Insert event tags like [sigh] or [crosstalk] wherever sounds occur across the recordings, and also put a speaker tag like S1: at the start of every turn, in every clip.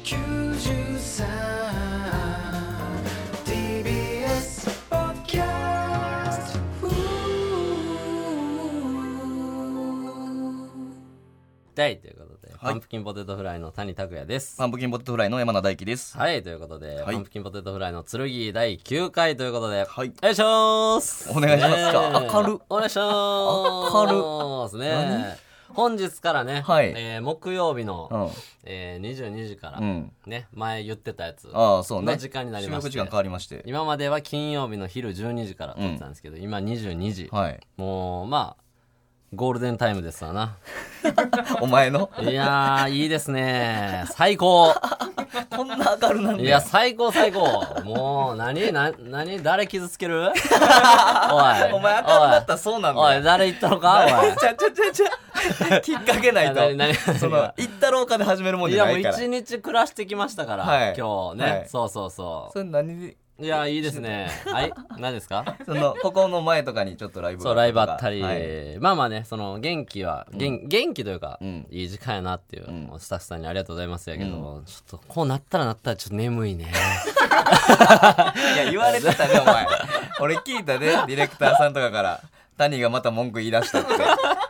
S1: 93 TBS ポッドキャスト
S2: 第ということで、
S3: は
S2: パ
S3: い
S2: ンプキンポテトフライの谷拓也です。
S3: パンプキンポテトフライの山名大輝です。
S2: はい、ということで、
S3: はい
S2: パンプキンポテトフライの剣第9回ということで、
S3: はい
S2: お願いします。
S3: お願いしますか明る
S2: お願いします。明るね。本日からね、
S3: はい
S2: えー木曜日の、
S3: うん。
S2: えー22時から、
S3: うん
S2: ね、前言ってたやつ、
S3: ああ、そうね。
S2: の時間になりまして
S3: 収録時間変わりまして。
S2: 今までは金曜日の昼12時から撮ってたんですけど、今22時、
S3: はい。
S2: もう、まあ、ゴールデンタイムですわな。
S3: お前の
S2: いやー、いいですね。最高。
S3: こんな明るなん
S2: いや、
S3: だよ。
S2: 最高最高。もう、何な、何誰傷つける [laughs] おい。
S3: お前明るかったらそうなん
S2: おい。
S3: だ
S2: おい、
S3: よ。
S2: 誰言ったのか
S3: ちゃちゃちゃちゃ。きっかけない
S2: 何何
S3: と。その、行ったろうかで始めるも
S2: お
S3: ん
S2: い。い
S3: じゃ
S2: や、も
S3: な
S2: う
S3: いから
S2: 一。日暮らしてきましたから、
S3: はい
S2: 今日ね、
S3: はい
S2: そうそうそ
S3: それ何で、
S2: う。いや、いいです
S3: [laughs]
S2: ね。はい。何ですか
S3: その、ここの前とかにちょっとライブが
S2: そう、ライブあったり、
S3: はい
S2: まあまあね、その、元気は、元元気というか、
S3: ん
S2: いい時間やなっていう、
S3: ん
S2: もうスタッフさんにありがとうございますやけど、ちょっと、こうなったらなったらちょっと眠いね。
S3: いや、言われてたね、お前。 [laughs] 俺聞いたで、ディレクターさんとかから。谷がまた文句言い出したって。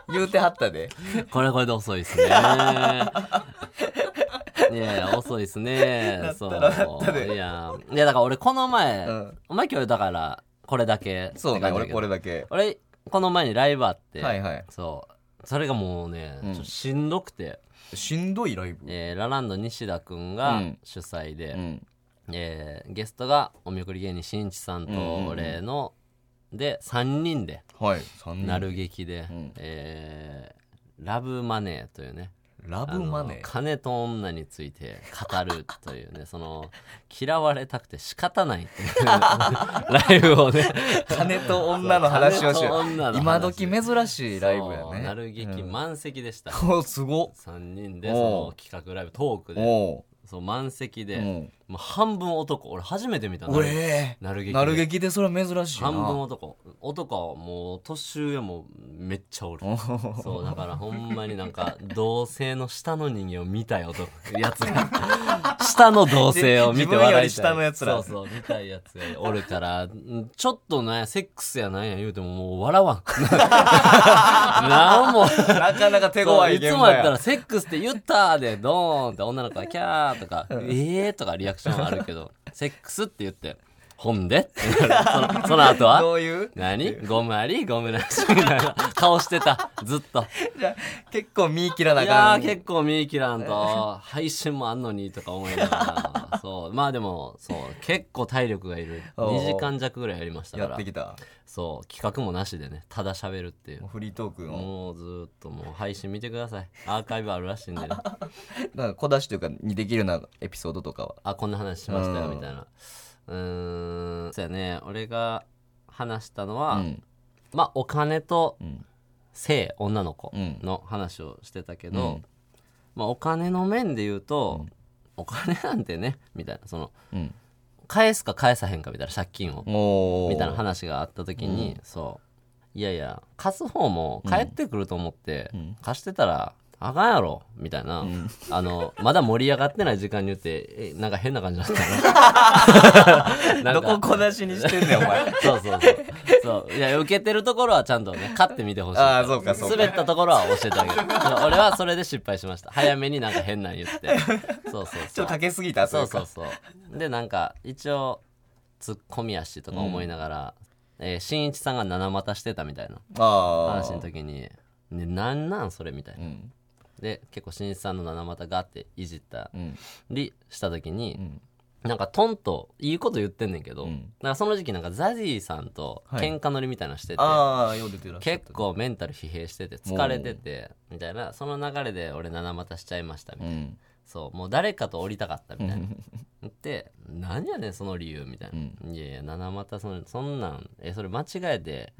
S3: 言うてはったで。
S2: これはこれで遅いですね。い [laughs] やいや、遅いですね。そう。いや、いやだから俺この前、
S3: うん
S2: お前今日だから、これだけ。
S3: そうね、俺これ
S2: だ
S3: だけ。
S2: け。俺、この前にライブあって、
S3: はいはい。
S2: そう。それがもうね、
S3: うん
S2: ちょっとしんどくて、
S3: しんどいライブ。
S2: えーラランド西田くんが
S3: うん
S2: 主催で、
S3: うん。
S2: えーゲストがおみ送り芸人しんいちさんと俺の、で、3人で、
S3: はい。三人
S2: なる劇で、
S3: うん
S2: えーラブマネーというね、
S3: ラブマネ
S2: あの
S3: ー。
S2: 金と女について語るという
S3: [laughs]
S2: ねその嫌われたくて仕方ないっていう [laughs] ライブをね
S3: 金と女の [laughs] 話をし
S2: 金
S3: よ
S2: と女の
S3: う。
S2: 話
S3: 今時珍しいライブ
S2: そ
S3: や
S2: う
S3: ね。
S2: なる劇満席でした、
S3: おすご
S2: 3人で
S3: お
S2: そうの企画ライブトーク
S3: お
S2: で
S3: お
S2: そう満席
S3: う
S2: で、
S3: うん
S2: もう半分男俺初めて見たの
S3: おえ
S2: なる劇
S3: ー
S2: で
S3: なる劇でそれは珍しいな
S2: 半分男男はもう年上もめっちゃおるそうだからほんまになんか同性の下の人間を見たい男やつが下の同性を見て笑いたい
S3: 自分より下のやつ
S2: そ
S3: ら
S2: うそう見たいやつがおるからんちょっとねセックスやなんや言うてももう笑わん [laughs] なんも
S3: [laughs] なかなか手強
S2: い
S3: い
S2: つ
S3: 現場や
S2: もやったら「セックスって言った!」でドーンって女の子が「キャー」とか「えー」とかリアクションあるけど「セックス」って言って「ほんで?」ってなるそのその後は
S3: どういう
S2: 何ゴムありゴムなしみたいな顔してたずっと
S3: じゃあ結構見切らないあか
S2: や
S3: ん
S2: ー結構見切らんと配信もあんのにとか思いなが
S3: [laughs]
S2: らそうまあでもそう結構体力がいる
S3: おー
S2: 2時間弱ぐらいやりましたか
S3: や
S2: ら
S3: ってきた
S2: そう企画もなしでねただ喋るっていう
S3: フリートークの
S2: もうずーっともう配信見てくださいアーカイブあるらしいん
S3: [laughs]
S2: でね
S3: なんか小出しというかにできるようなエピソードとかは
S2: あこんな話しましたよ
S3: うん
S2: みたいなうーんそうやね俺が話したのは、
S3: うん
S2: まあお金と
S3: うん
S2: 性女の子
S3: うん
S2: の話をしてたけど、
S3: うん
S2: まあ、お金の面で言うと、お金なんてねみたいなその
S3: うん
S2: 返すか返さへんかみたいな借金を
S3: おお
S2: みたいな話があった時に、そういやいや貸す方も返ってくると思って、貸してたらあかんやろみたいな、あのまだ盛り上がってない時間に言ってえなんか変な感じだった
S3: [laughs]
S2: ななん
S3: ど
S2: か
S3: こ小出しにして
S2: [laughs]
S3: んねんお前
S2: そうそうそう。そう。いや、受けてるところはちゃんとね、勝ってみてほしい。
S3: ああそうかそうか
S2: 滑ったところは教えてあげる。そう俺はそれで失敗しました。早めになんか変なん言って。そうそうそう。
S3: ちょっとかけすぎたと
S2: そ
S3: いうう
S2: そう
S3: か
S2: そう。で、なんか、一応、ツッコミやしとか思いながら、えー、新一さんが七股してたみたいな
S3: あ
S2: 話の
S3: あ
S2: 時に、ね、なんなんそれみたいな。
S3: うん
S2: で、結構新一さんの七股があっていじった
S3: うん
S2: りした時に、
S3: うん
S2: なんかトンといいこと言ってんねんけど、
S3: うん
S2: なんかその時期なんかザジーさんと
S3: はい
S2: 喧嘩乗りみたいなのしてて、
S3: ああよう出てらっしゃった
S2: 結構メンタル疲弊してて疲れててみたいなその流れで俺七股しちゃいましたみた
S3: う
S2: いな、
S3: ん
S2: そうもう誰かと降りたかったみたいなで何やねんその理由みたいな、いやいや七股そのそんなんえそれ間違えて、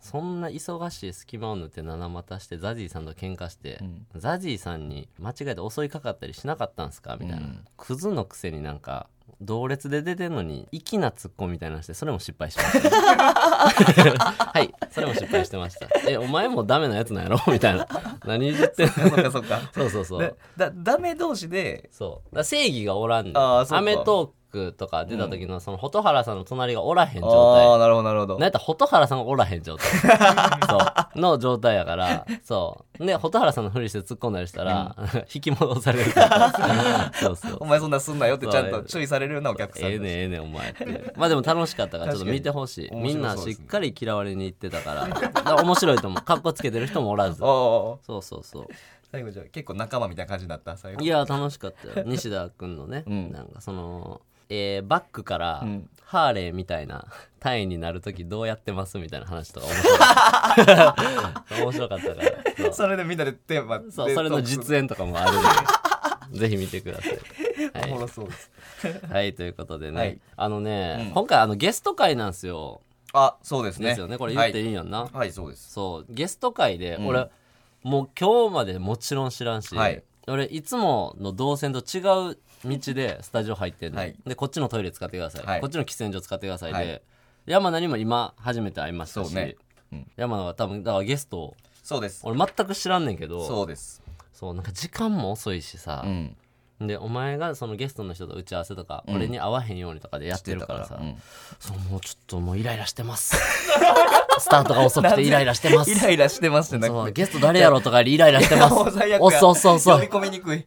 S2: そんな忙しい隙間を縫って七股してザジーさんと喧嘩して、
S3: ん
S2: ザジーさんに間違えて襲いかかったりしなかったんすかみたいな、
S3: うん
S2: クズのくせになんか同列で出てんのに粋なツッコミみたいなのしてそれも失敗しま
S3: [laughs]
S2: したはいそれも失敗してましたえお前もダメなやつなんやろみたいな何言ってんの
S3: そっかそっか。
S2: そうそうそう
S3: だ、だ、ダメ同士で、
S2: そう。だから正義がおらんねん
S3: あーそうか
S2: アメトークとか出た時の、その、蛍原さんの隣がおらへん
S3: ああ、
S2: 状態。
S3: なるほど、なるほど
S2: なん。やったら蛍原さんがおらへん
S3: [laughs]
S2: 状態。そう。の状態やから、そう。で、蛍原さんのふりして突っ込んだりしたら、 [laughs] 引き戻される
S3: [laughs]
S2: から。そうそう。
S3: お前そんなすんなよってちゃんと注意されるようなお客さん
S2: ええ
S3: だし
S2: ねんええねんお前ってまあでも楽しかったからちょっ
S3: 確
S2: と
S3: かに
S2: 見てほしい
S3: 面白
S2: みんな
S3: そう
S2: し
S3: で
S2: っ
S3: すね
S2: かり嫌われに行ってたからだから面白いと思うかっこつけてる人もおらず
S3: おうおうおう
S2: そうそうそう
S3: 最後じゃあ結構仲間みたいな感じになった最後
S2: いや楽しかったよ
S3: [laughs]
S2: 西田君のね、
S3: うん
S2: なんかその、えーバックから
S3: うん
S2: ハーレーみたいな単位になる時どうやってますみたいな話とか面白か
S3: [laughs]
S2: った面白かったからそう
S3: それでみんなでテーマで
S2: そうそれの実演とかもあるんでぜひ見てください
S3: トークするおもろそうです
S2: はいということでね、
S3: はい
S2: あのね、
S3: うん
S2: 今回あのゲスト会なんですよ
S3: あそうですね
S2: ですよねこれ言っていいんやんな、
S3: はい、はいそうです
S2: そうゲスト会で
S3: うん
S2: 俺、もう今日までもちろん知らんし、
S3: はい
S2: 俺いつもの動線と違う道でスタジオ入ってんの、
S3: はい
S2: でこっちのトイレ使ってください、
S3: はい
S2: こっちの喫煙所使ってくださいで、
S3: はい
S2: 山名にも今初めて会いました
S3: そ
S2: し、
S3: うねうん
S2: 山名は多分だからゲストを
S3: そうです
S2: 俺全く知らんねんけど
S3: そうです
S2: そうなんか時間も遅いしさ
S3: う、ん
S2: でお前がそのゲストの人と打ち合わせとか、
S3: ん
S2: 俺に会わへんようにとかでやってるからさ、
S3: 知ってたか
S2: そうもうちょっともうイライラしてます
S3: [laughs]
S2: スタートが遅くてイライラしてま
S3: ら
S2: す
S3: イライラしてますね
S2: そうゲスト誰やろうとかよりイライラして
S3: [laughs]
S2: ます。
S3: もう最悪や
S2: おっそうそうそう
S3: 呼び。込みにくい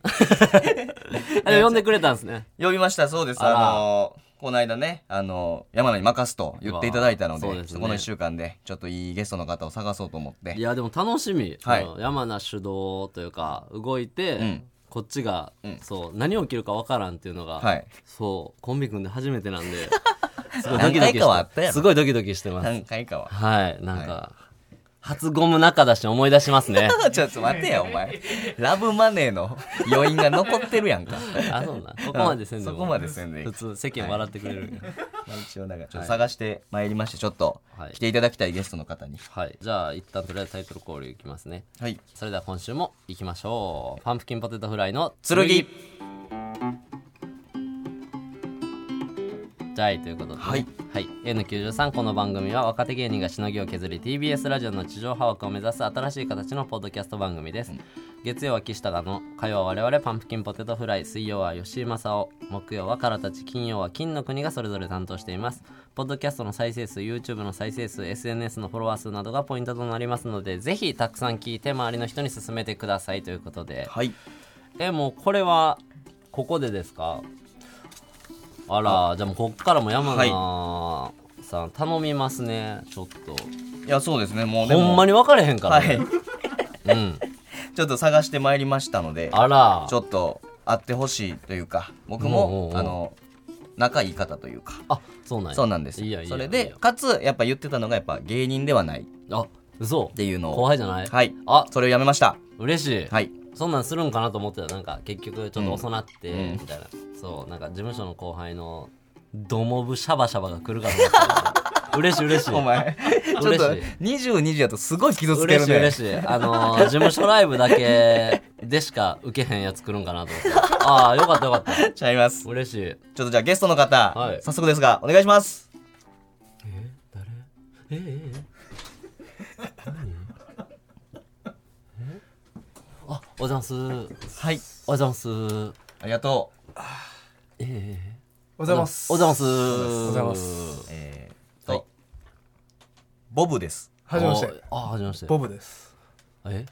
S2: あでも呼んでくれたんですね。
S3: 呼びましたそうです
S2: あ
S3: あ
S2: ら
S3: のーこの間ね、あのー山名に任すと言っていただいたので
S2: うわそうですね
S3: ちょっとこの1週間でちょっといいゲストの方を探そうと思って
S2: いやでも楽しみ。
S3: はい
S2: あの山名主導というか動いて、
S3: ん
S2: こっちが、そう何起きるかわからんっていうのが、
S3: はい
S2: そうコンビ組んで初めてなんで
S3: [laughs]
S2: すごいド
S3: 何
S2: キド
S3: 回
S2: キ
S3: かはあ
S2: し
S3: った
S2: て
S3: やろ
S2: すごいドキドキしてます。
S3: 何回かは [laughs]
S2: はいなんか、初ゴム中出し思い出しますね。
S3: ちょっと待てよお前ラブマネーの余韻が残ってるやん
S2: [laughs]
S3: か
S2: あそう
S3: [laughs]
S2: なんここまでせんでも、
S3: そこまでせんでいい
S2: 普通世間笑ってくれるんや。
S3: まあ一応なんかちょっと探してまいりましてちょっと
S2: はい
S3: 来ていただきたいゲストの方に
S2: はい、じゃあ一旦とりあえずタイトルコールいきますね。
S3: はい
S2: それでは今週も行きましょう。パンプキンポテトフライの
S3: 剣
S2: 剣。じゃあいということで、ね、
S3: はい、
S2: N93 この番組は若手芸人がしのぎを削り TBS ラジオの地上波枠を目指す新しい形のポッドキャスト番組です、月曜は岸田がの火曜は我々パンプキンポテトフライ水曜は吉井正夫木曜はカラたち金曜は金の国がそれぞれ担当していますポッドキャストの再生数 YouTube の再生数 SNS のフォロワー数などがポイントとなりますのでぜひたくさん聞いて周りの人に勧めてくださいということで
S3: はい
S2: えもうこれはここでですかあらじゃあもうこっからも山名さん頼みますねちょっと
S3: いやそうですねもうでも
S2: ほんまに分かれへんから、
S3: は
S2: ね
S3: い
S2: うん
S3: [laughs] ちょっと探してまいりましたので
S2: あら
S3: ちょっと会ってほしいというか僕
S2: おうおうお
S3: も
S2: う
S3: あの仲いい方というか
S2: あそうなんや
S3: そうなんです
S2: いやいや
S3: それ
S2: い
S3: で
S2: や
S3: かつやっぱ言ってたのがやっぱ芸人ではないっ
S2: あ嘘
S3: ていうのを
S2: 後輩じゃない
S3: はい
S2: あ
S3: それをやめました
S2: 嬉しい、
S3: はい
S2: そんなんするんかなと思ってたなんか結局ちょっと遅なって、
S3: うん
S2: みたいなそうなんか事務所の後輩のドモブシャバシャバが来るかと思った嬉しい
S3: [laughs]
S2: 嬉しい
S3: お前ちょっと
S2: 嬉しい
S3: 22時だとすごい傷つけ
S2: 嬉
S3: る
S2: しい嬉
S3: ね
S2: しい。あのー、事務所ライブだけでしか受けへんやつ来るんかなと思って。ああ、よかったよかった。
S3: ちゃいますちょ
S2: 嬉しい。
S3: っとじゃあゲストの方
S2: はい
S3: 早速ですがお願いします
S2: ええ何あ、おはようございます。おはよ
S3: はい。
S2: うございます。
S3: ありがとう。
S2: ええ
S1: おはようございます。
S2: おはようございます。
S1: おはようござい
S2: ます。
S3: えー、
S2: はい
S3: と、ボブです。
S1: はじめまして。
S2: あ、はじめまして。
S1: ボブです。
S2: え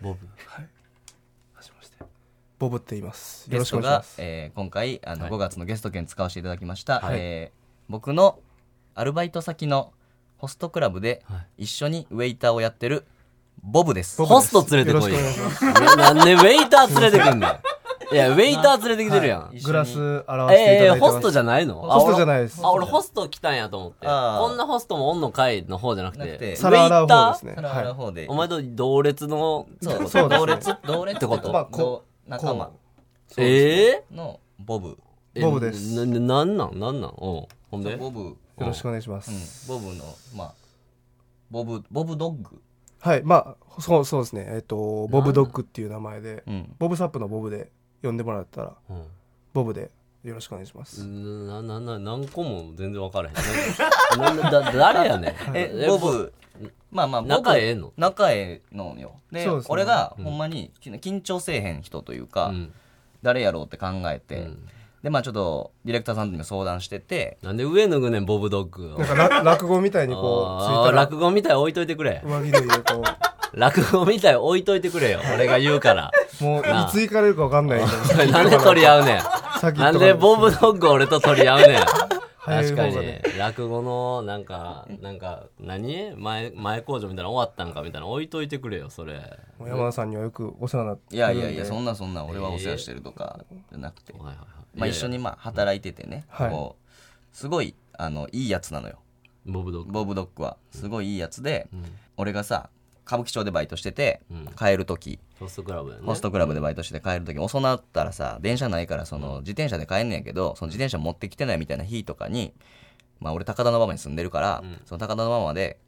S2: ボブ。
S1: はじめまして。ボブって言います。よ
S3: ゲ
S1: ろ
S3: ス
S1: しく
S3: ト
S1: お願いし
S3: が
S1: ま、す。
S3: えー、今回あの、
S2: はい
S3: 5月のゲスト券使わせていただきました、
S2: はい
S3: えー僕のアルバイト先のホストクラブで
S2: はい
S3: 一緒にウェイターをやってるボブです。
S2: ホスト連れてこいよ。 [laughs] なんでウェイター連れてくんだよ。いや、ウェイター連れてきてるやん。
S1: グラス洗わせていただ
S2: え
S1: い
S2: え
S1: てます。
S2: ホストじゃないの
S1: ホストじゃないです
S2: あ、俺あ俺ホスト来たんやと思って。
S3: あー
S2: こんなホストもおんの会の方じゃなくて。
S3: なくて
S1: 皿洗う方です
S2: ウェイター
S1: ね。
S3: 皿洗う
S1: は
S3: 方で、
S2: お前と同列の。
S3: そう
S1: そうです
S3: 同
S1: ね
S3: 列同列
S2: ってこと
S3: まあ、
S1: こ
S3: こ仲間
S2: ええ
S3: のボブ。
S2: え
S1: ボブです
S2: な、ななんなんなんなんうん。ほんで
S3: ボブ、
S1: い。よろしくお願いしま
S3: うん
S1: す。
S3: ボブの、まあ、ボブボブドッグ
S4: はいまあそうそうですねえっ、とボブドッグっていう名前で
S3: うん
S4: ボブサップのボブで呼んでもらったらボブでよろしくお願いします、
S2: うんななな何個も全然分からへんななんだ誰やねん
S3: えボブまあまあボブ
S2: 仲ええの
S3: 仲ええのよで
S4: そうですね
S3: 俺がほんまに緊張せえへん人というか、
S2: うん
S3: 誰やろうって考えて、
S2: ん
S3: でまあちょっとディレクターさんとも相談してて
S2: なんで上脱ぐねんボブドッグを
S4: なんから落語みたいにこうつ
S2: あ
S4: い
S2: ー
S4: たら
S2: 落語みたい置いといてくれ
S4: 上着脱いでこ
S2: 落語みたい置いといてくれよ俺が言うから
S4: うもう
S2: なあ
S4: いつ行かれるか分かんない
S2: [laughs] なんで取り合うねん
S4: 先
S2: なんでボブドッグ俺と取り合うねん
S4: [laughs] 早い
S2: 確
S4: 方
S2: か
S4: が
S2: に、
S4: ね
S2: 落語のなんかなんか何前前工場みたいなの終わったんかみたいなの置いといてくれよそれ
S4: もう山田さんにはよくお世話になって
S3: いやいやい
S4: るんで
S3: やそんなそんな俺はお世話してるとかじゃなくて、
S2: はいはいはい
S3: まあ、一緒にまあ働いててね、
S4: はい
S3: こうすごいあのいいやつなのよ
S2: ボブドッグ
S3: ボブドッグはすごいいいやつで、俺がさ歌舞伎町でバイトしてて、
S2: うん
S3: 帰る時
S2: ホストクラブやね
S3: ホストクラブでバイトして帰る時遅なったらさ電車ないからその自転車で帰んねんけどその自転車持ってきてないみたいな日とかに、まあ、俺高田馬場に住んでるから、その高田馬場で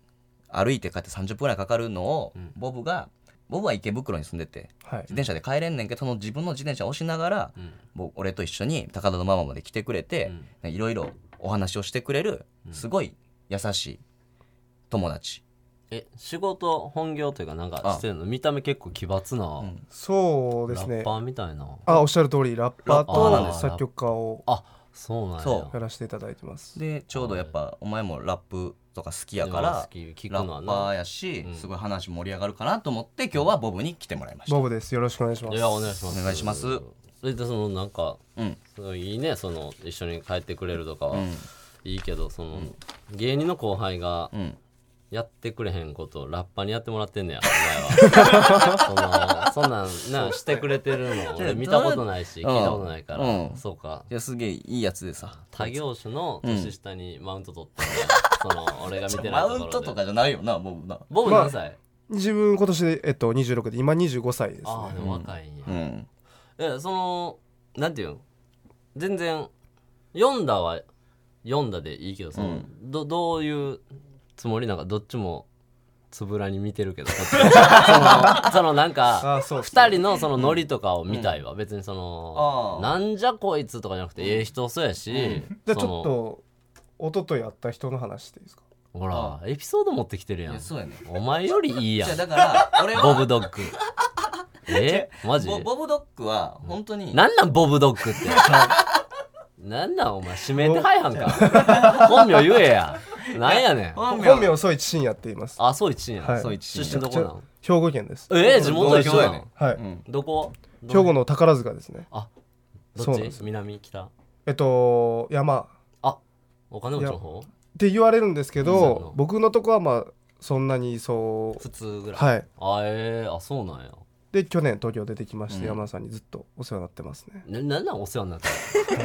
S3: 歩いて帰って30分ぐらいかかるのを、ボブがボブは池袋に住んでて
S4: はい
S3: 自転車で帰れんねんけどその自分の自転車押しながら、僕俺と一緒に高田のママまで来てくれていろいろお話をしてくれるすごい優しい友達、
S2: え仕事本業というかなんかしてんの見た目結構奇抜な、
S4: そうです
S2: ラ
S4: ね
S2: ッパーみたいな
S4: あおっしゃる通りラッパー
S2: ラッパーなん
S4: と
S2: だ
S4: 作曲家を
S2: あそうなんや
S3: そ
S4: やらせていただいてます
S3: でちょうどやっぱお前もラップとか好きやか
S2: まあ
S3: ら
S2: 好き聞く
S3: ラ
S2: のは
S3: ッ
S2: ね
S3: パーやし、すごい話盛り上がるかなと思って今日はボブに来てもらいました
S4: ボブですよろしくお願いしま
S2: い
S4: す
S2: やお願いします
S3: お願いします
S2: それでそのなんか
S3: うん
S2: そのいいねその一緒に帰ってくれるとかは、いいけどその、芸人の後輩が
S3: ん
S2: やってくれへんことをラッパにやってもらってんねやお前はそのそん
S3: [laughs]
S2: なんなしてくれてるの俺見たことないし
S3: うん
S2: 聞いたことないから、
S3: うん
S2: そうか
S3: いやすげえいいやつでさ
S2: 他業種の年下にマウント取って、んの、その俺が見てない
S3: マ
S2: ところ
S3: ウ
S2: で
S3: ントとかじゃないよなボブな
S2: ボブ何歳、
S4: 自分今年で、えっと、26で今25歳ですね
S2: ああでも若いんや、
S3: うん
S2: えそのなんていうの全然読んだは読んだでいいけどその、どどういうつもりなんかどっちもつぶらに見てるけどこっ
S3: [laughs]
S2: ちはそのそのなん
S4: あ
S2: か
S4: あそう
S2: 2人のそのノリとかを見たいわ、別にその
S3: あ
S2: なんじゃこいつとかじゃなくてええ人そうやし、
S4: [laughs] じゃあ
S2: そ
S4: ちょっ
S2: の
S4: と一昨日やった人の話していいですか
S2: ほらエピソード持ってきてるや
S3: い
S2: ん
S3: やそうやね
S2: お前よりいいやん
S3: じゃ
S2: [laughs]
S3: あだから俺は
S2: ボブドッ
S3: [laughs]
S2: グえマジ
S3: ボボブドッグは本当に
S2: なんなんボブドッ
S4: [laughs]
S2: グって。なんなんお前、指名手配犯か。本名言えや。なんやねん。
S3: 本
S4: 本名ソイチシンヤって言います
S2: あ、そう一や
S4: は
S2: ん。
S4: い
S3: そう一
S2: 出身どこなん
S4: 兵庫県です
S2: えー、地元一緒な
S3: 同郷やね
S2: の
S4: はい、
S3: ん
S2: どこ
S4: 兵庫の宝塚ですね
S2: あ、
S4: そ
S2: ど
S4: う
S2: っ
S4: なんで
S2: ち南、北。
S4: えっと山
S2: あ、お金持ちの方
S4: って言われるんですけ
S2: そうなの
S4: ど僕のとこはまあそんなにそう
S2: 普通ぐらい。
S4: はい
S2: あ、えー、あ、そうなんや。
S4: で去年東京出てきまして、山田さんにずっとお世話になってますね
S2: ななんなんお世話になったの
S3: い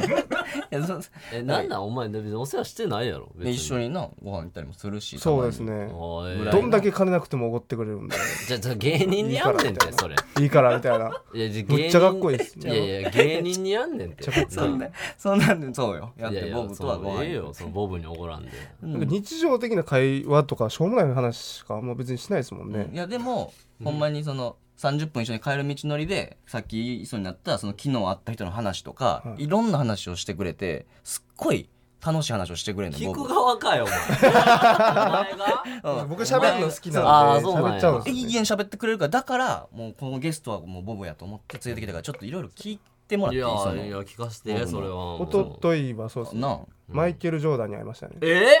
S3: やそう
S2: え、なんなんお前、別にお世話してないやろ。別
S3: で一緒になご飯行ったりもするし
S4: そうですね
S2: おい。
S4: どんだけ金なくてもおごってくれるん
S2: [laughs]
S4: で
S2: じゃ、じゃ、芸人にやんねんて、それ。
S4: いいからみたいない
S2: や、じゃ芸人
S4: むっちゃかっこいいです
S2: いやいや、芸人にやんねんて。
S3: たまにそんなそんなんでそうよやっ
S2: いや
S3: て
S2: いや
S3: ボブとは
S2: そ
S3: ご
S2: の
S3: 飯
S2: ええよそのボブに怒らん
S3: [laughs]
S2: で
S4: なんか日常的な会話とかしょうもない話しかもう別にしないですもんね
S3: い、やでもほんまにその30分一緒に帰る道のりでさっき言いそうになったその昨日会った人の話とか、い、ろんな話をしてくれてすっごい楽しい話をしてくれる
S2: 聞
S3: の
S2: く
S3: ボ
S2: 側かよお前お前が
S3: ブ
S4: 僕喋るの好き
S2: あ
S4: な
S2: ー
S4: んで
S2: そうなんや
S4: 喋っちゃうんですよ
S3: 永遠喋ってくれるからだからもうこのゲストはもうボブやと思って連れてきたからちょっといろいろ聞いてもら
S2: い
S3: っていい
S2: や
S3: そ
S2: いや
S3: の
S2: 聞かせてそれは
S4: おとといはそうですね
S3: な
S4: マイケル・ジョーダンに会いましたね
S2: え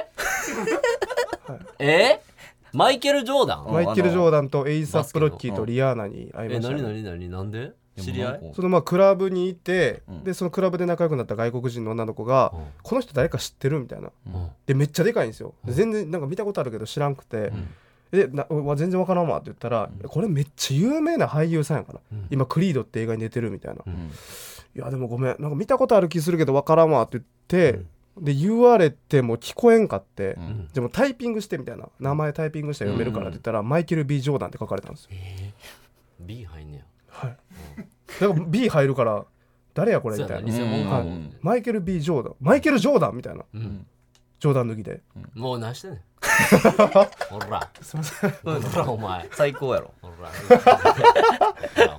S2: えマイケル・ジョーダ
S3: う
S2: ン
S3: ん
S4: マイケル・ジョーダンとエイサ
S2: バ
S4: ッ
S2: スケ
S4: プ・
S2: の
S4: ロッキーとリアーナに会い
S2: え
S4: ましたね、
S2: 何何何なんで
S3: あ
S2: 知り合い
S3: でもなんか
S4: そのまあクラブにいて、でそのクラブで仲良くなった外国人の女の子が、
S2: うん
S4: この人誰か知ってるみたいな
S2: うん
S4: でめっちゃでかいんですよ、で全然なんか見たことあるけど知らんくて、でなうわ全然わからんわって言ったら、これめっちゃ有名な俳優さんやから、今「クリード」って映画に出てるみたいな、いやでもごめんなんか見たことある気するけどわからんわって言って、で言われても聞こえんかって、でもタイピングしてみたいな名前タイピングして読めるからって言ったら、マイケル・ B ・ジョーダンって書かれたんですよ
S2: B 入んねや
S4: だから B 入るから誰やこれ
S2: そ
S4: み
S2: う
S4: た
S2: や
S4: い
S2: な
S4: な
S2: 偽物かも
S3: うん
S4: マイケル・ B ・ジョーダンマイケル・ジョーダンみたいな、
S2: ん
S4: ジョーダン脱ぎで [laughs]
S2: もう何してんねんほら
S4: すいません
S2: ほらお前
S3: 最高やろ
S2: ほ
S4: [laughs]
S2: らほらお前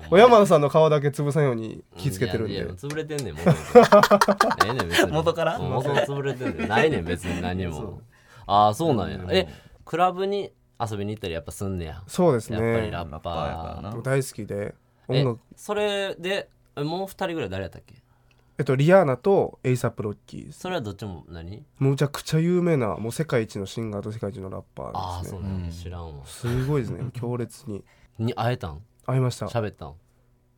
S4: 小山田さんの顔だけ潰さんように気付けてるん
S2: いやいや
S4: で
S2: 潰れてんねん元々ええねん別に
S3: 元から
S2: うん元々潰れてんねんないねん別に何もああそうなんやえクラブに遊びに行ったりやっぱすんねや
S4: そうです
S2: やっぱり
S4: ね
S2: ラッ
S3: バーやから
S2: パ
S3: な
S4: 僕大好きで
S2: ー
S4: 音
S2: え
S4: 楽
S2: それでえもう二人ぐらい誰やったっけ
S4: えっとリアーナとエイサップロッキーです
S2: それはどっちも何
S4: むちゃくちゃ有名なもう世界一のシンガーと世界一のラッパ
S2: あ
S4: ー
S2: あ
S4: です
S2: そう
S4: ね
S2: なんや知らんわ
S4: すごいですね強烈
S2: [laughs]
S4: に
S2: に会えたん
S4: 会いました
S2: 喋ったん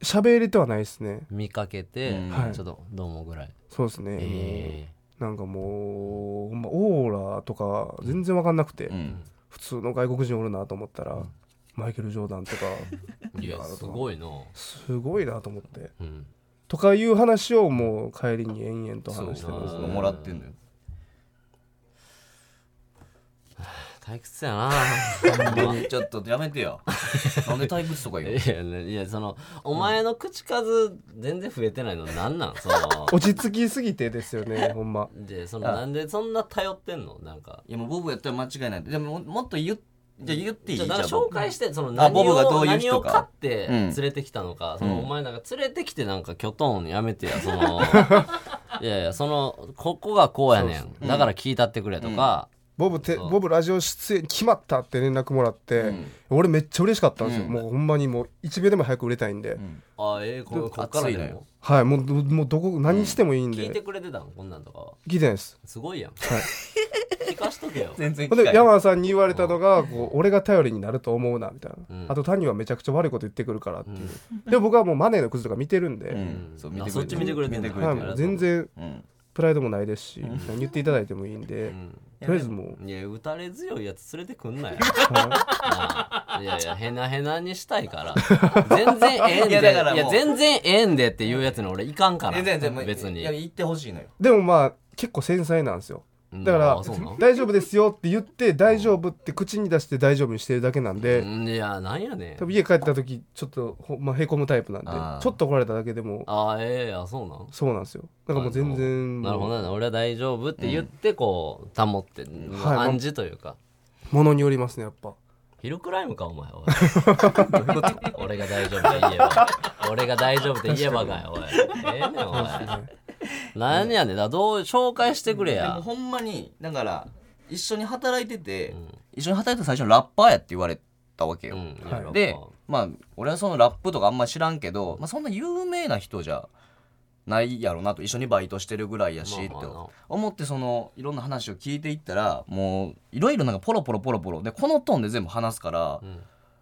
S4: 喋れてはないですね
S2: 見かけて
S3: うん
S4: はい
S2: ちょっとどうもぐらい
S4: そうですね、
S2: え
S4: なんかもう、ほんまオーラとか全然わかんなくて、
S3: うん
S4: 普通の外国人おるなと思ったら、マイケル・ジョーダンとか [laughs]
S2: えいやすごいな
S4: すごいなと思って
S2: うん
S4: とかいう話をもう帰りに延々と
S3: そう
S4: 話してます
S3: そうもらってんのよ
S2: 退屈やなほんま
S3: ちょっとやめてよなんで退屈とか言う
S2: いやねいやそのお前の口数全然増えてないのなん
S3: [laughs]
S2: なんその
S4: 落ち着きすぎてですよねほんま
S2: でそのなんでそんな頼ってんのなんか
S3: いやもうボブやったら間違いないでもももっと言っじゃあ言っていい
S2: じ
S3: じ
S2: ゃ
S3: ゃ
S2: あ
S3: ん
S2: だから紹介してその
S3: あ
S2: 何
S3: ボブがど
S2: を
S3: ういう
S2: 何
S3: 人
S2: を
S3: か
S2: 買って
S3: うん
S2: 連れてきたのか、そのお前なんか連れてきてなんかキョトンやめてやそ
S3: [laughs]
S2: のいやいやそのここがこうやねん、だから聞いたってくれとか、
S4: ボブて
S2: そう
S4: ボブラジオ出演決まったって連絡もらって、俺めっちゃ嬉しかったんですよ、
S3: うん
S4: もうほんまにもう1秒でも早く売れたいんで、
S2: あええこここっから
S3: 熱い
S2: で
S3: の
S2: も
S3: よ
S4: はいもうどもうどこ何してもいいんで、
S2: 聞いてくれてたのこんなんとかは
S4: 聞いてないです
S2: すごいやん
S4: はい
S2: [laughs] 聞かしと
S3: [laughs]
S2: けよ
S3: 全然
S4: ほん
S3: 聞
S4: で
S3: かへん
S4: 山田さんに言われたのがこう俺が頼りになると思うなみたいな、
S2: うん
S4: あと谷はめちゃくちゃ悪いこと言ってくるからっていう、でも僕はもうマネーのクズとか見てるん
S3: う
S4: で、
S3: んそう見
S2: あ
S3: て
S2: そっ
S3: く
S2: ち
S3: れ
S2: 見てくれてんだ
S3: る
S4: は
S2: ありがと
S4: いう全然
S3: うん
S4: プライドもないですし、何言っていただいてもいいんで、とりあえずもう、
S2: いや打たれ強いやつ連れてく
S4: [laughs]
S2: んなよ
S4: はい
S2: やいや、へなへなにしたいから。全然ええん
S3: い
S2: で。い
S3: やだからも
S2: や
S3: う、
S2: 全然ええんでっていうやつに俺いかんから。
S3: 全然全然
S2: 別に
S3: いや。言ってほしいのよ
S4: い、でもまあ結構繊細なんですよ
S2: うん
S4: だから
S2: あそうなん
S4: 大丈夫ですよって言って大丈夫って口に出して大丈夫にしてるだけなんで、
S2: うんいや、なんやね
S4: 多
S2: ん。
S4: 分家帰った時ちょっとほんまへこむタイプなんで
S3: あー
S4: ちょっと怒られただけでも
S2: ああ、ええあそうなん。
S4: そうなんですよだからもう全然
S2: なるほ
S4: も
S2: どね。俺は大丈夫って言って、こう、保って、
S4: はい
S2: 暗示というか。
S4: のによりますねやっぱ
S2: ヒルクライムか、お前。おい俺が大丈夫って言えば。俺が大丈夫って言えばかよ、おい。ええねん、お前。なんやねん。だからどう、紹介してくれ
S3: で
S2: や
S3: も。ほんまにだから一緒に働いてて一緒に働いてた最初にラッパーやって言われたわけよ
S2: うん
S4: はい
S3: でまあ俺はそのラップとかあんま知らんけどまあそんな有名な人じゃないやろなと一緒にバイトしてるぐらいやしって
S2: まあまあな
S3: 思ってそのいろんな話を聞いていったらもういろいろなんかポロポロポロポロでこのトーンで全部話すから
S2: うん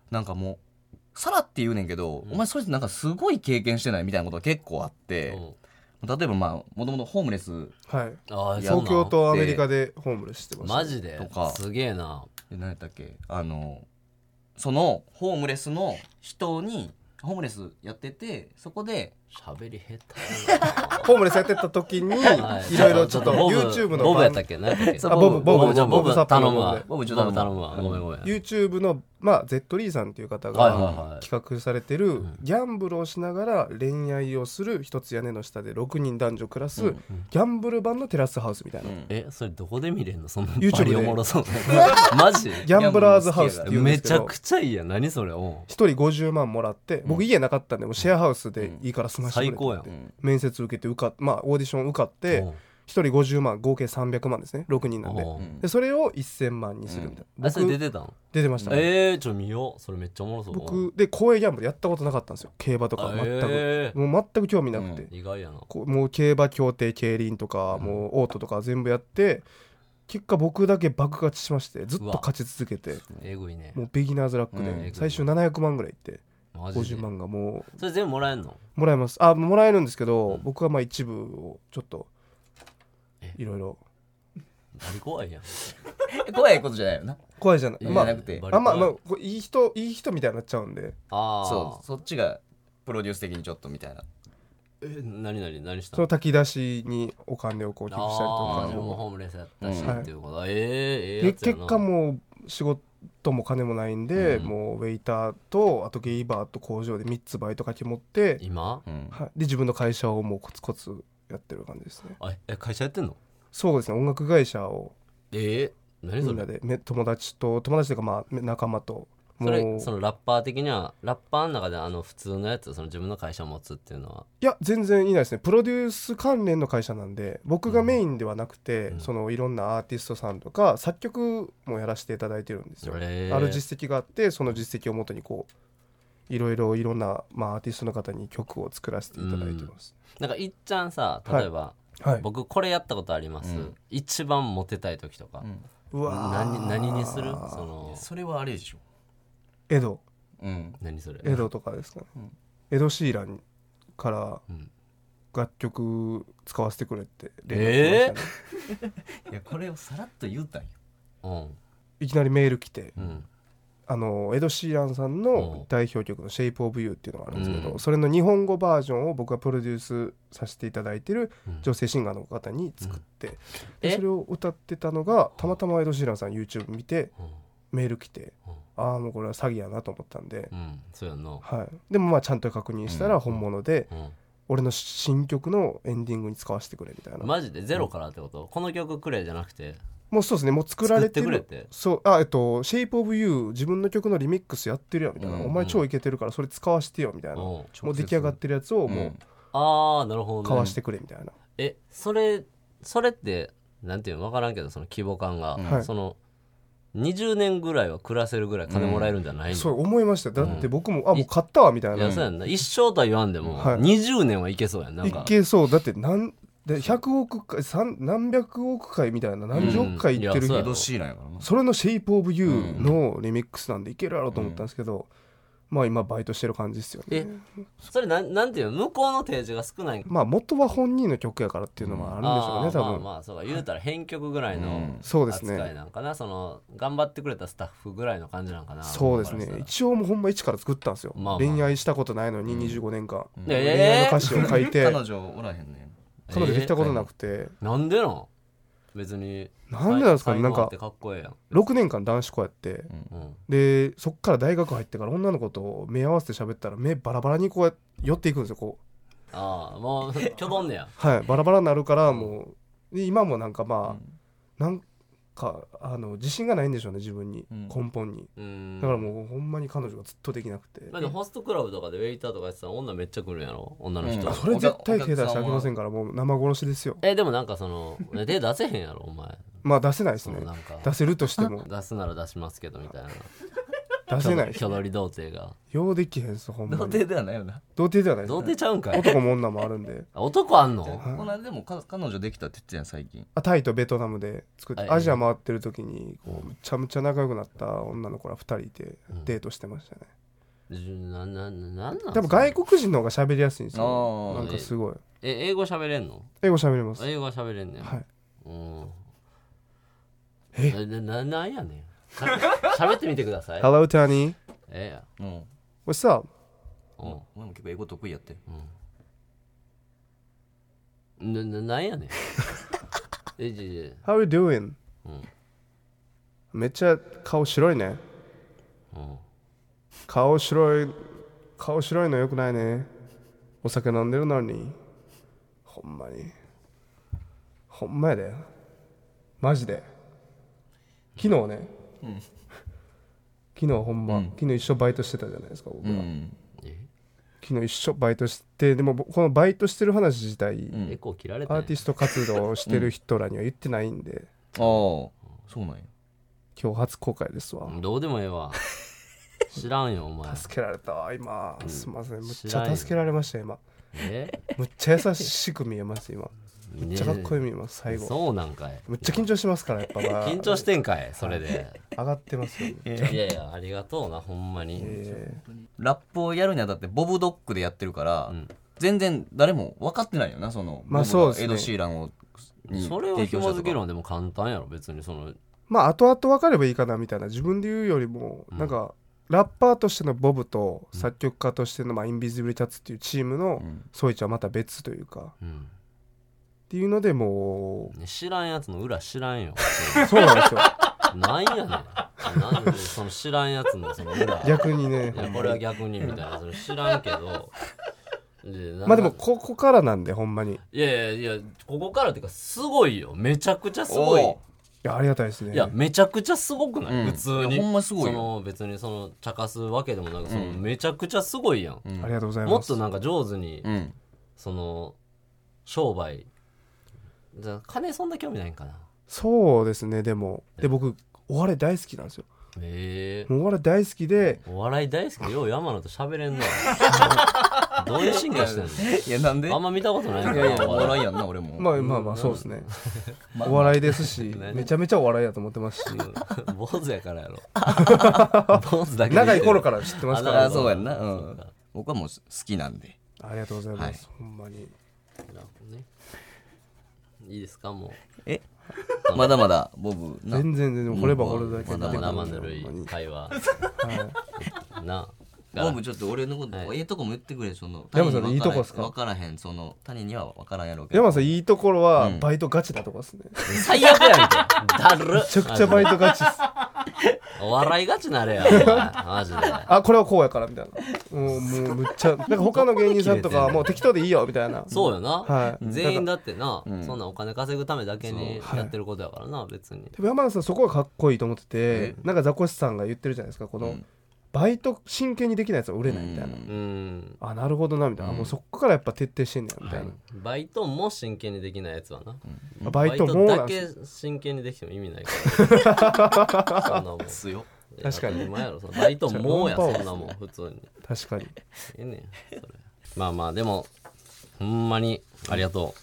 S3: なんかもうさらって言うねんけどお前それなんかすごい経験してないみたいなことが結構あって
S2: うん
S3: 例えばまあもともとホームレス
S4: はい
S2: ああ、そう
S4: 東
S2: な
S4: 京
S2: ん
S4: とアメリカでホームレスしてました
S2: マジで
S3: とか
S2: すげえな
S3: で何やったっけあのそのホームレスの人にホームレスやっててそこで
S2: 喋り下手や [laughs]
S4: ホームレスやってた時に、
S2: なはい
S4: いろいろちょっと
S2: ボブ
S4: YouTube の
S2: ボブ
S4: 番
S2: やったっけ何やったっけ
S3: そう
S4: あボブボブ
S2: じゃあボ
S4: ボ
S2: ブ
S4: ブサップの
S2: 頼むわ
S4: ボ
S2: ボ
S3: ブ
S2: ブ
S3: ち
S2: ち
S3: ょ
S2: ょ
S3: っ
S2: っ
S3: と
S2: と頼
S3: 頼む
S2: むわごめんごめん
S4: YouTube の、まあ、ゼットリーさんっていう方
S2: はいはい
S4: が
S2: はい
S4: 企画されてるギャンブルをしながら恋愛をする一つ屋根の下で6人男女暮らすギャンブル版のテラスハウスみたいな、
S3: うん
S2: えそれどこで見れんのそん [laughs] な
S4: YouTube で
S2: バリおもろそうな [laughs]
S4: [laughs]
S2: マジ
S4: ギャンブラーズハウスっていうんで
S2: め
S4: すけ
S2: ちゃ
S4: ど
S2: くちゃいいやん何それお
S4: 一人50万もらって僕家なかったんでもうシェアハウスでいいから済ましてくれ
S2: 最高やん
S4: って面接受けて受かっ、まあ、オーディション受かっ
S2: う
S4: て
S2: うん
S4: 一人50万合計300万ですね6人なんで
S2: うん
S3: ん
S4: でそれを1000万にするみたいな、
S2: あそれ出
S4: 僕
S2: てたの
S4: 出てました
S2: えーちょっと見ようそれめっちゃおもろそう
S4: 僕で公営ギャンブルやったことなかったんですよ競馬とか全く、
S2: えー
S4: もう全く興味なくて、
S2: 意外やな
S4: こうもう競馬競艇競輪とか、もうオートとか全部やって結果僕だけ爆勝ちしましてずっと勝ち続けて
S2: えぐいね
S4: もうビギナーズラックで、
S3: うん
S4: 最終700万ぐらいいって
S2: マジ
S4: 50
S2: で
S4: 万がも
S2: それ全部もらえんの
S4: うもらえますあもらえるんですけど、僕はまあ一部をちょっといろいろ
S2: バリ怖いやん
S3: 怖いことじゃないよな
S4: 怖いじゃない
S3: いや
S4: ま
S3: じゃ
S4: あ
S3: なくて
S2: バリ怖い
S4: あんまあまあこういい人いい人みたいになっちゃうんで
S2: ああ
S3: そうそっちがプロデュース的にちょっとみたいな
S2: え何何何した
S4: その炊き出しにお金をこう寄付したり
S2: あ
S4: と
S2: あ
S4: か
S2: 自分
S4: も
S2: もホームレスやったし、
S3: うん
S2: っていうことええええ
S4: で
S2: やつや
S4: 結
S2: な
S4: 果もう仕事も金もないんで、
S3: うん
S4: もうウェイターとあとゲイバーと工場で3つバイト掛け持って、
S2: 今
S3: うん
S4: はい、で自分の会社をもうコツコツやってる感じですね
S2: あえ会社やってんの
S4: そうですね音楽会社を
S2: ええ何
S4: み
S2: そ
S4: んな
S2: れ
S4: でめ友達と友達というかまあめ仲間と
S2: そ
S4: も
S2: れ
S4: う
S2: そのラッパー的にはラッパーの中であの普通のやつその自分の会社を持つっていうのはい
S4: や全然いないですねプロデュース関連の会社なんで僕がメインではなくて、そのいろんなアーティストさんとか作曲もやらせていただいてるんですよ
S2: へー
S4: ある実績があってその実績をもとにこういろいろいろんな、まあ、アーティストの方に曲を作らせていただいてます、
S2: なんかいっちゃんさ
S4: はい
S2: 例えば、
S4: はい
S2: 僕これやったことあります、一番モテたい時とか、
S4: うわー
S2: 何何にするその
S3: それはあれでしょ
S4: エド
S3: うん
S2: 何それ
S4: エドとかですかね、エド・シーランから
S2: うん
S4: 楽曲使わせてくれって連絡
S2: え
S4: 来ましたね
S3: いやこれをさらっと言うたんよ
S2: うん
S4: いきなりメール来て、
S2: うん
S4: あのエド・シーランさんの代表曲の「Shape of You」っていうのがあるんですけど、
S2: うん
S4: それの日本語バージョンを僕がプロデュースさせていただいてる
S2: うん
S4: 女性シンガーの方に作って、で
S2: え
S4: それを歌ってたのがたまたまエド・シーランさん YouTube 見て
S2: うん
S4: メール来て、
S2: うん
S4: ああもうこれは詐欺やなと思ったんで、
S2: うんそうやんな
S4: はい、でもまあちゃんと確認したら本物で、
S2: うん
S4: 俺の新曲のエンディングに使わせてくれみたいな、
S2: マジでゼロからってこと、この曲くれじゃなくて
S4: もうそうですねもう作られてる
S2: 作ってくれて
S4: そうあえっと「Shape of You」自分の曲のリミックスやってるよみたいな、
S3: うん
S4: お前超イケてるからそれ使わせてよみたいな、
S2: うん
S4: もう出来上がってるやつをも
S2: ああなるほ
S4: う
S2: ど
S4: 買
S2: ね
S4: わしてくれみたいな、
S2: えそれそれってなんていうの分からんけどその規模感が、
S4: はい
S2: その20年ぐらいは暮らせるぐらい金もらえるんじゃないの、
S4: そう思いましただって僕も、あもう買ったわみたい
S2: い
S4: な、
S2: やそうやんな一生とは言わんでも、
S4: はい
S2: 20年はいけそうやんなん
S4: い
S2: か
S4: けそうだってなんで100億回三何百億回みたいな何十億回いってる
S2: うん
S4: 日、
S2: いやそうや
S3: エド・シーランやからな
S4: それの「Shape of You」のリミックスなんでいけるやろと思ったんですけど、まあ今バイトしてる感じですよね
S2: えそれなんなんていうの向こうの提示が少ない
S4: まあ元は本人の曲やからっていうのもあるんでしょうね、
S2: あー
S4: 多分、
S2: まあまあそうか言うたら編曲ぐらいの
S4: そうです
S2: 扱い
S4: ね
S2: なんかなその頑張ってくれたスタッフぐらいの感じなんかな
S4: そうです
S2: 僕か
S4: ね
S2: らし
S4: 一応もうほんま一から作ったんですよ、
S2: まあまあ
S4: 恋愛したことないのに25年間、
S2: た
S4: 恋
S2: ら
S4: 愛の
S2: え
S4: 歌詞を書いて、
S3: 彼女おらへんね
S2: ー
S4: 彼女できたことなくて、
S2: えーなんでなん別に
S4: なんでなんですかね
S2: 才
S4: なん
S2: 能
S4: か
S2: あってかっこええやん、
S4: 6年間男子校やって
S2: うん、
S4: でそっから大学入ってから女の子と目合わせて喋ったら目バラバラにこうや寄っていくんですよこう
S2: ああもう [laughs] きょどんねや
S4: はいバラバラになるからもうで今もなんかまあ、なんかあの自信がないんでしょうね自分に、
S3: うん
S4: 根本に
S2: うん
S4: だからもうほんまに彼女がずっとできなくて、
S2: だってホストクラブとかでウェイターとかやってたら女めっちゃ来るんやろ女の人、
S3: うん
S4: それ絶対手出してあげませんからもう生殺しですよ
S2: えでもなんかその手出せへんやろお前
S4: まあ出せないです
S2: そ
S4: ね
S2: のなんか
S4: 出せるとして
S2: [laughs]
S4: も
S2: 出すなら出しますけどみたいな
S4: 出せない
S2: きょどり童貞が
S4: ようできへんっすほんま
S3: 童
S4: に
S3: 貞ではないよな
S4: 童貞ではない
S2: 童
S4: で
S2: 貞
S4: す
S2: ちゃうんか
S4: ね
S2: い
S4: 男も女もあるんで
S2: あ男あんの
S3: この間でもか彼女できたって言ってたやん最近
S4: あタイとベトナムで作って
S2: はい
S4: アジア回ってる時にこうむちゃむちゃ仲良くなった女の子ら2人いて
S2: うん
S4: デートしてましたね
S2: じゅななななんなん
S4: 多分外国人の方が喋りやすいんですよ
S3: あ
S4: な
S3: あ
S4: んかすごい
S2: え英語喋れんの
S4: 英語喋れます
S2: 英語は喋れんねん、
S4: はい
S2: うん
S4: え
S2: なななんやねんしゃ喋ってみてください
S4: Hello Tani
S2: ええや
S3: うん
S4: What's up?
S2: うん
S3: お前も結構英語得意やって
S2: なななん
S4: [laughs]
S2: やねんえじじ
S4: How you doing?
S2: うん
S4: めっちゃ顔白いね
S2: うん
S4: 顔白い顔白いのよくないねお酒飲んでるのにほんまにほんまやでマジで [laughs] 昨日ね、昨日ほんま、昨日一緒バイトしてたじゃないですか僕は、
S2: え
S4: 昨日一緒バイトしてでも僕このバイトしてる話自体、
S2: エコー切られたん
S4: ア
S2: や
S4: ーティスト活動をしてる人らには言ってないんで、
S3: ああそうなんや
S4: 今日初公開ですわ、
S2: どうでもええわ [laughs] 知らんよお前
S4: 助けられたわ今、すいませんむっち
S2: 知らん
S4: ゃ
S2: よ
S4: 助けられました今
S2: え
S4: むっちゃ優しく見えます今めっちゃかっこよく見えます最後
S2: そうなんかい
S4: むっちゃ緊張しますからやっぱまあ
S2: [laughs] 緊張してんかいそ
S4: [laughs]
S2: れで
S4: 上がってますよ、
S2: いやいやありがとうなほんまに
S4: え
S3: ラップをやるにあたってボブドッグでやってるから、
S2: ん
S3: 全然誰も分かってないよなその、
S4: まあ
S3: ボブが
S4: そうですね
S3: エド・シーランをに
S2: それを
S3: 提供
S2: 紐
S3: した
S2: 付
S3: と
S2: ける
S3: か
S2: のでも簡単やろ別にその
S4: まあ後々分かればいいかなみたいな自分で言うよりも、なんかラッパーとしてのボブと作曲家としての、まあ、インビジブリタッツっていうチームのソイチはまた別というか、っ
S2: うん
S4: ていうのでも
S2: ね知らんやつの裏知らんよ [laughs]
S4: うそうなんですよ
S2: なんやねんなんでその知らんやつのその裏いや
S4: 逆にね
S2: これは逆にみたいなそれ知らんけどでな
S4: まあでもここからなんでほんまに
S2: いやいやいやここからっていうかすごいよめちゃくちゃすごい
S3: お
S4: やありがたいですね
S2: いやめちゃくちゃすごくない、
S3: うん
S2: 普通
S3: い
S2: に
S3: やほんますごいよ
S2: その別にその茶化すわけでもなくその、めちゃくちゃすごいやん、
S4: ありがとうござい
S2: も
S4: ま
S2: っ
S4: す
S2: となんか上手に、
S3: うん
S2: その商売じゃあ金そんな興味ないんかな
S4: そうですねでもで僕お笑い大好きなんですよ
S2: ええ
S4: もうお笑い大好きで
S2: お笑い大好きよう山野と
S4: [laughs]
S2: 喋れんなどういう進化してんの
S3: いやなんでい
S2: あんま見たことない
S3: や
S2: か
S3: い
S2: ら
S3: やお笑いやんな俺も
S4: まあまあまあそうです [laughs] ね
S3: まあ
S4: お笑いですし
S2: [laughs] ね
S4: めちゃめちゃお笑いやと思ってますし
S2: [laughs] うん坊主やからやろ
S4: [laughs]
S2: 坊主だけで
S4: 長い頃から知ってますから
S2: あ
S3: あそうやんなう
S2: そうんか
S3: 僕はもう好きなんで
S4: ありがとうございますほんまに
S2: なるほどねいいですかも
S3: えまだまだボブな
S4: 全然全然掘れば掘るだけ
S3: まだ
S2: う
S3: まだ
S2: 生
S4: 出
S2: ぬ
S4: てくるん
S2: る
S4: ですよほんま
S2: い
S4: に
S2: 会話
S4: はい
S2: な
S3: ボブちょっと俺のこと、
S2: はい
S3: ええとこも言ってくれその
S4: 山さんのいいとこっすか
S3: 分からへんその谷には分からんやろうけど
S4: 山さんいいところは
S3: うん
S4: バイトガチなとこですねめ
S2: 最悪やんけだるめ
S4: ちゃくちゃバイトガチっす
S2: お笑いがちなれやお前
S4: [laughs]
S2: マジで
S4: あこれはこうやからみたいなもうもうむっちゃなんか他の芸人さんとかはもう適当でいいよみたいな
S2: そうよな、
S4: はい
S2: 全員だってな、
S3: ん
S2: そんなお金稼ぐためだけにやってることやからな、別に
S4: でも山田さんそこがかっこいいと思ってて、なんかザコシさんが言ってるじゃないですかこの、
S3: うん
S4: バイト真剣にできないやつは売れないみたいな、
S3: うん
S2: うん
S4: あなるほどなみたいな、もうそこからやっぱ徹底してんねんみたいな、
S2: バイトも真剣にできないやつはな、
S4: バイトもな
S2: だ
S4: んす
S2: け真剣にできても意味ない
S4: [laughs]
S2: から。そんなもん。
S3: 強っ
S4: 確かに
S2: お前やろ、そのバイトもうや、
S4: じゃあ
S2: そんなもん、普通に。
S4: 確かに
S2: ええねん、それ。まあまあ、でも、ほんまにありがと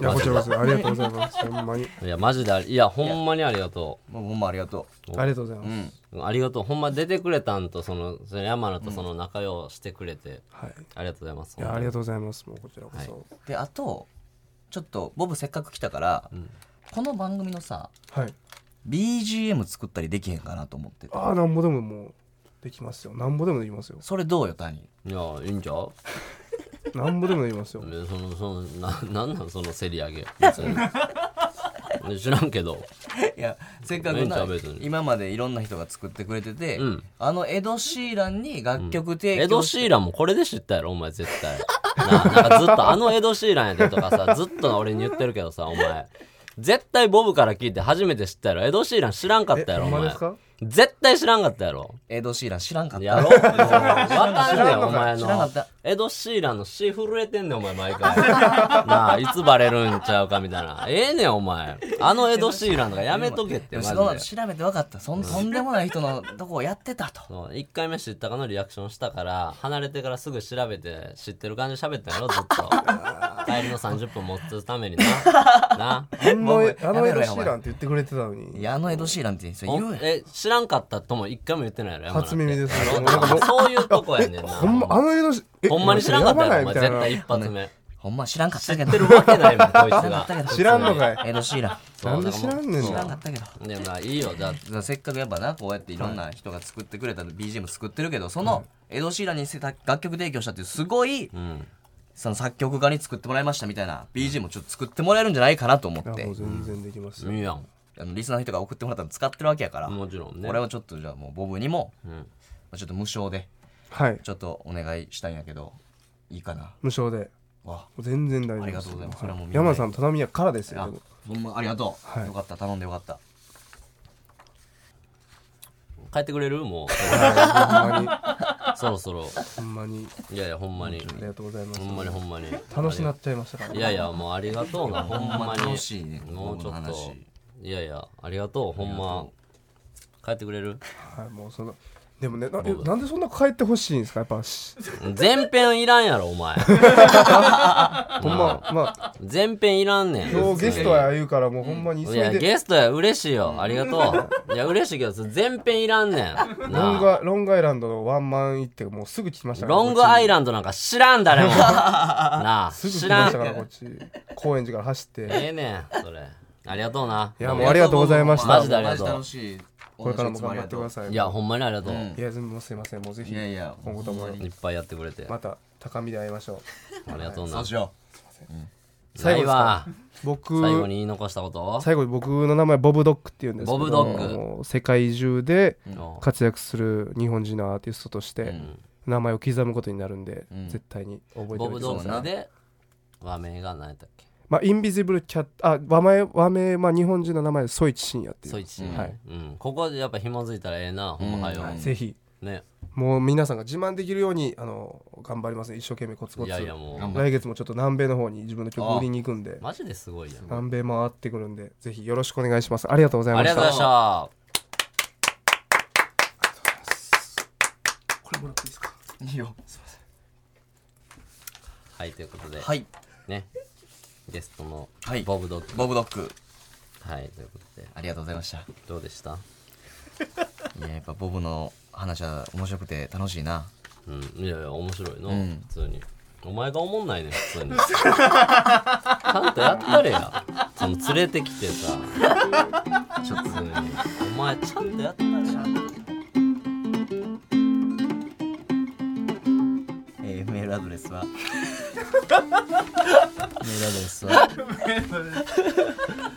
S4: いやこちらこそありがとうございます [laughs] ほんまに
S2: う。いや、マジであり、いや、ほんまにありがと
S3: まあほんまありがと
S4: ありがとうございます、
S3: ううん
S2: う。ありがとう。ほんま出てくれたんと、その、その山名とその仲良うしてくれて、
S4: はい
S2: ありがとうございます。
S4: いやありがとうございますもうこちらこそ
S3: であとちょっとボブせっかく来たから、この番組のさ
S4: はい、
S3: BGM 作ったりできへんかなと思ってて
S4: ああなんぼでももうできますよなんぼでもできますよ
S3: それどうよ
S2: [laughs]
S3: 谷
S2: いや、いいんちゃう
S4: なんぼでもできますよ
S2: えその、その、な、なんなんその競り上げ。別に [laughs] 知らんけど。
S3: いやせっかくな
S2: ベンチャーベースに
S3: 今までいろんな人が作ってくれてて、
S2: うん
S3: あのエド・シーランに楽曲
S2: エ
S3: 提
S2: ド・
S3: 供し
S2: シーランもこれで知ったやろお前絶対なあなんかずっとあのエド・シーランやでとかさずっと俺に言ってるけどさお前絶対ボブから聞いて初めて知ったやろエド・シーラン知らんかったやろ
S4: え
S2: お
S4: ほんま
S2: 前
S4: ですか
S2: 絶対知らんかったやろ
S3: エド・シーラン知らんかった
S2: やろ分かんねえよお前
S3: 知らん
S2: の
S3: かった
S2: エド・シーランの死震えてんねんお前毎回なあいつバレるんちゃうかみたいなええねんお前あのエド・シーランとかやめとけって
S3: [laughs] でも
S2: マジ
S3: そ
S2: で
S3: の調べて分かった
S2: [laughs]
S3: そんとんでもない人のとこをやってたと
S2: そう1回目知ったかのリアクションしたから離れてからすぐ調べて知ってる感じで喋ったやろずっと帰りの30分持つためになな
S4: あん
S3: も
S4: の
S3: う
S4: あのエ
S3: やめろ
S4: ド・
S3: や
S4: シーランって言ってくれてたの
S3: い
S4: に
S3: やあのエド・シーランって人言
S2: お
S3: うやん
S2: え知らんかったとも1回も言ってないやろ山田って
S4: 初耳ですね
S2: だからそういうとこやねんな
S4: ほんまあのエドシえ
S2: ほんまに知らんかったやろお
S4: 選ばないみ
S2: 前
S4: たい
S2: 絶
S4: な
S2: 対一発目
S3: ほんま知らんかったけ
S2: 知っ
S3: ど
S2: てるわけないもんこいつ
S3: 知らんか
S2: が
S3: ったけど
S4: 知らんのかい
S3: エド・シーラン
S2: そう
S4: なんで知らんねん
S3: 知らんか
S4: な
S3: ったけど
S2: でもないいよじゃあ
S3: だからせっかくやっぱなこうやっていろんな人が作ってくれた BGM 作ってるけどそのエド・シーランにせ楽曲提供したっていうすごい
S2: うん
S3: その作曲家に作ってもらいましたみたいな BGM をちょっと作ってもらえるんじゃないかなと思っ
S4: いやも
S3: て
S4: う全然できますよ
S2: いいやん
S3: あのリスナーの人が送ってもらったの使ってるわけやから
S2: もちろんね
S3: 俺はちょっとじゃあもうボブにも
S2: うん
S3: まあちょっと無償で
S4: はい
S3: ちょっとお願いしたいんやけどいいかな
S4: 無償で
S3: わ
S4: 全然大丈夫です
S3: ありがとうございますそれはもうみんな
S4: 山田さんの畳屋からですよ
S3: あ
S4: でも
S3: ほんまありがと
S4: は
S3: う
S4: い
S3: よかった頼んでよかった
S2: 帰ってくれるも
S4: は
S2: う [laughs] そろそろ
S4: いほんまにほんまに
S2: いやいやほんまに
S4: ありがとうございます
S2: ほんまにほんまに
S4: 楽しなっちゃいましたから
S2: いやいや、もうありがとうな、ほんまに。
S3: 楽しいね
S2: もうちょ
S3: こ
S2: っ
S3: の話
S2: と。いやいや、ありがとう、ほんま。帰ってくれる
S4: はいもうそのでもねなえなんでそんな帰ってほしいんですかやっぱし
S2: 前編いらんやろ、お前。
S4: ほんままあ
S2: 前編いらんねん。
S4: 今日ゲストや言うからもうほんまに急
S2: い
S4: い
S2: や、
S4: で
S2: ゲストや、嬉しいよ。ありがとう。いや、嬉しいけど、前編いらんねん。
S4: ロン
S2: なあ
S4: グロングアイランドのワンマン行ってもうすぐ来ましたから
S2: ロングアイ
S4: ン
S2: ランドなんか知らん、誰
S4: [laughs]
S2: も。なあ、
S4: すぐ
S2: 知
S4: 来
S2: ら
S4: ま
S2: ん
S4: した。からこっち高円寺から走って
S2: ええねん、それ。ありがとうな。
S4: いやもうありがとうございました
S2: マジでありがとう
S3: 楽しい
S4: これからも頑張ってください
S2: いや、ほんまにありがとう。
S3: ん
S4: いや全部すいませんもうぜひ
S3: いやいや
S4: 今後とも
S2: いっぱいやってくれて。
S4: ま
S2: あ
S4: た高みで会いましょう
S2: りがとう
S3: そ
S2: な
S3: う。しよ
S4: 最後で
S2: 最
S4: す
S2: 後
S4: か
S2: は、
S4: 僕
S2: 最後に言い残したこと
S4: 最後に僕の名前ボブドックっていうんですけど
S2: ボブドック
S4: もう世界中で
S2: うん
S4: 活躍する日本人のアーティストとして
S2: ん
S4: 名前を刻むことになるんで、絶対に覚えて
S2: ボ
S4: おい
S2: ブ・
S4: てく
S2: ド
S4: ださい
S2: ッグで和名が何やったっけ
S4: まあ、インビジブルキャットあ和名和名、まあ、日本人の名前でソイチシンヤっていう
S2: そういち、
S4: はい
S2: うん、ここでやっぱ紐づいたらええなほんまはよ、
S4: ぜひ
S2: ね
S4: もう皆さんが自慢できるようにあの頑張りますね一生懸命コツコツ
S2: いやいやもう
S4: 来月もちょっと南米の方に自分の曲を売りに行くんで
S2: マジですごいやん
S4: 南米回ってくるんでぜひよろしくお願いしますありがとうござい
S2: あ
S4: ま
S2: り
S4: し
S2: がとう
S4: た
S2: ございました
S4: これもらっていいですか
S3: いいよ
S2: はいということで、
S3: はい
S2: ねゲストの
S3: はい
S2: ボブドッグ
S3: ボブドッグ
S2: はいということで
S3: ありがとうございました
S2: どうでした
S3: いややっぱボブの話は面白くて楽しいな
S2: うんいやいや面白いな、
S3: ん
S2: 普通にお前がおもんないねん普通にちゃんとやったれやその連れてきてさちょっと普通にお前ちゃんとやったれや
S3: えーメールアドレ [laughs] スはメールアドレスは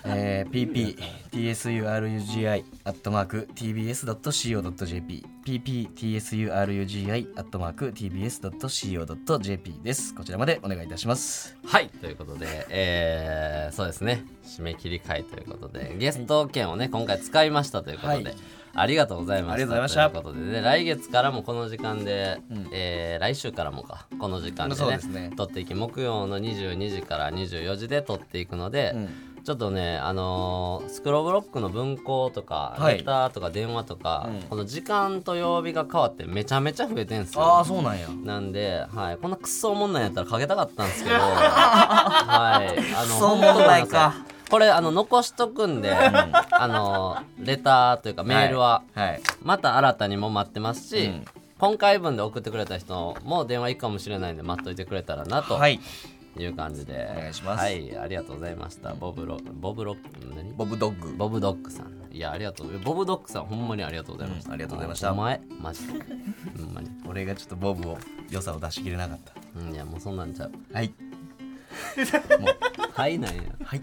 S3: えー pptsurugi アットマーク tbs.co.jp pptsurugi アットマーク tbs.co.jp ですこちらまでお願いいたします
S2: はいということでえー、そうですね締め切り会ということでゲスト券をね今回使いましたということで、
S3: はい
S2: ありがとうございました
S3: ありがとうございました
S2: ということでね、来月からもこの時間で、えー来週からもかこの時間で
S3: そう
S2: ね
S3: ですね
S2: 撮っていき木曜の22時から24時で撮っていくので、ちょっとねあのースクローブロックの文庫とか、
S3: はい
S2: レターとか電話とか、
S3: うん
S2: この時間と曜日が変わってめちゃめちゃ増えてんすよ
S3: ああそうなんや
S2: なんで、はい、こんなクソおもんないやったらかけたかったん
S3: [laughs]
S2: ですけど、はい、あの、
S3: クソおもんない
S2: 本
S3: か
S2: 当ごめさこれ、あの、残しとくんで、あの、レターというかメールは、
S3: はい
S2: また新たにも待ってますし、
S3: うん
S2: 今回分で送ってくれた人も電話行くかもしれないんで待っといてくれたらなと
S3: はい
S2: いう感じで、
S3: お願いします
S2: はい、ありがとうございました。ボブロ、ボブロ何
S3: ボブドッグ
S2: ボブドッグさん。いや、ありがとう。ボブドッグさん、ほんまにありがとうございました。
S3: うんありがとうございました
S2: お前、マジで。ほんまに。
S3: 俺がちょっとボブを良さを出し切れなかっ
S2: うん、いや、もうそんなんちゃう。
S3: たはい
S2: はいなんや。
S3: はい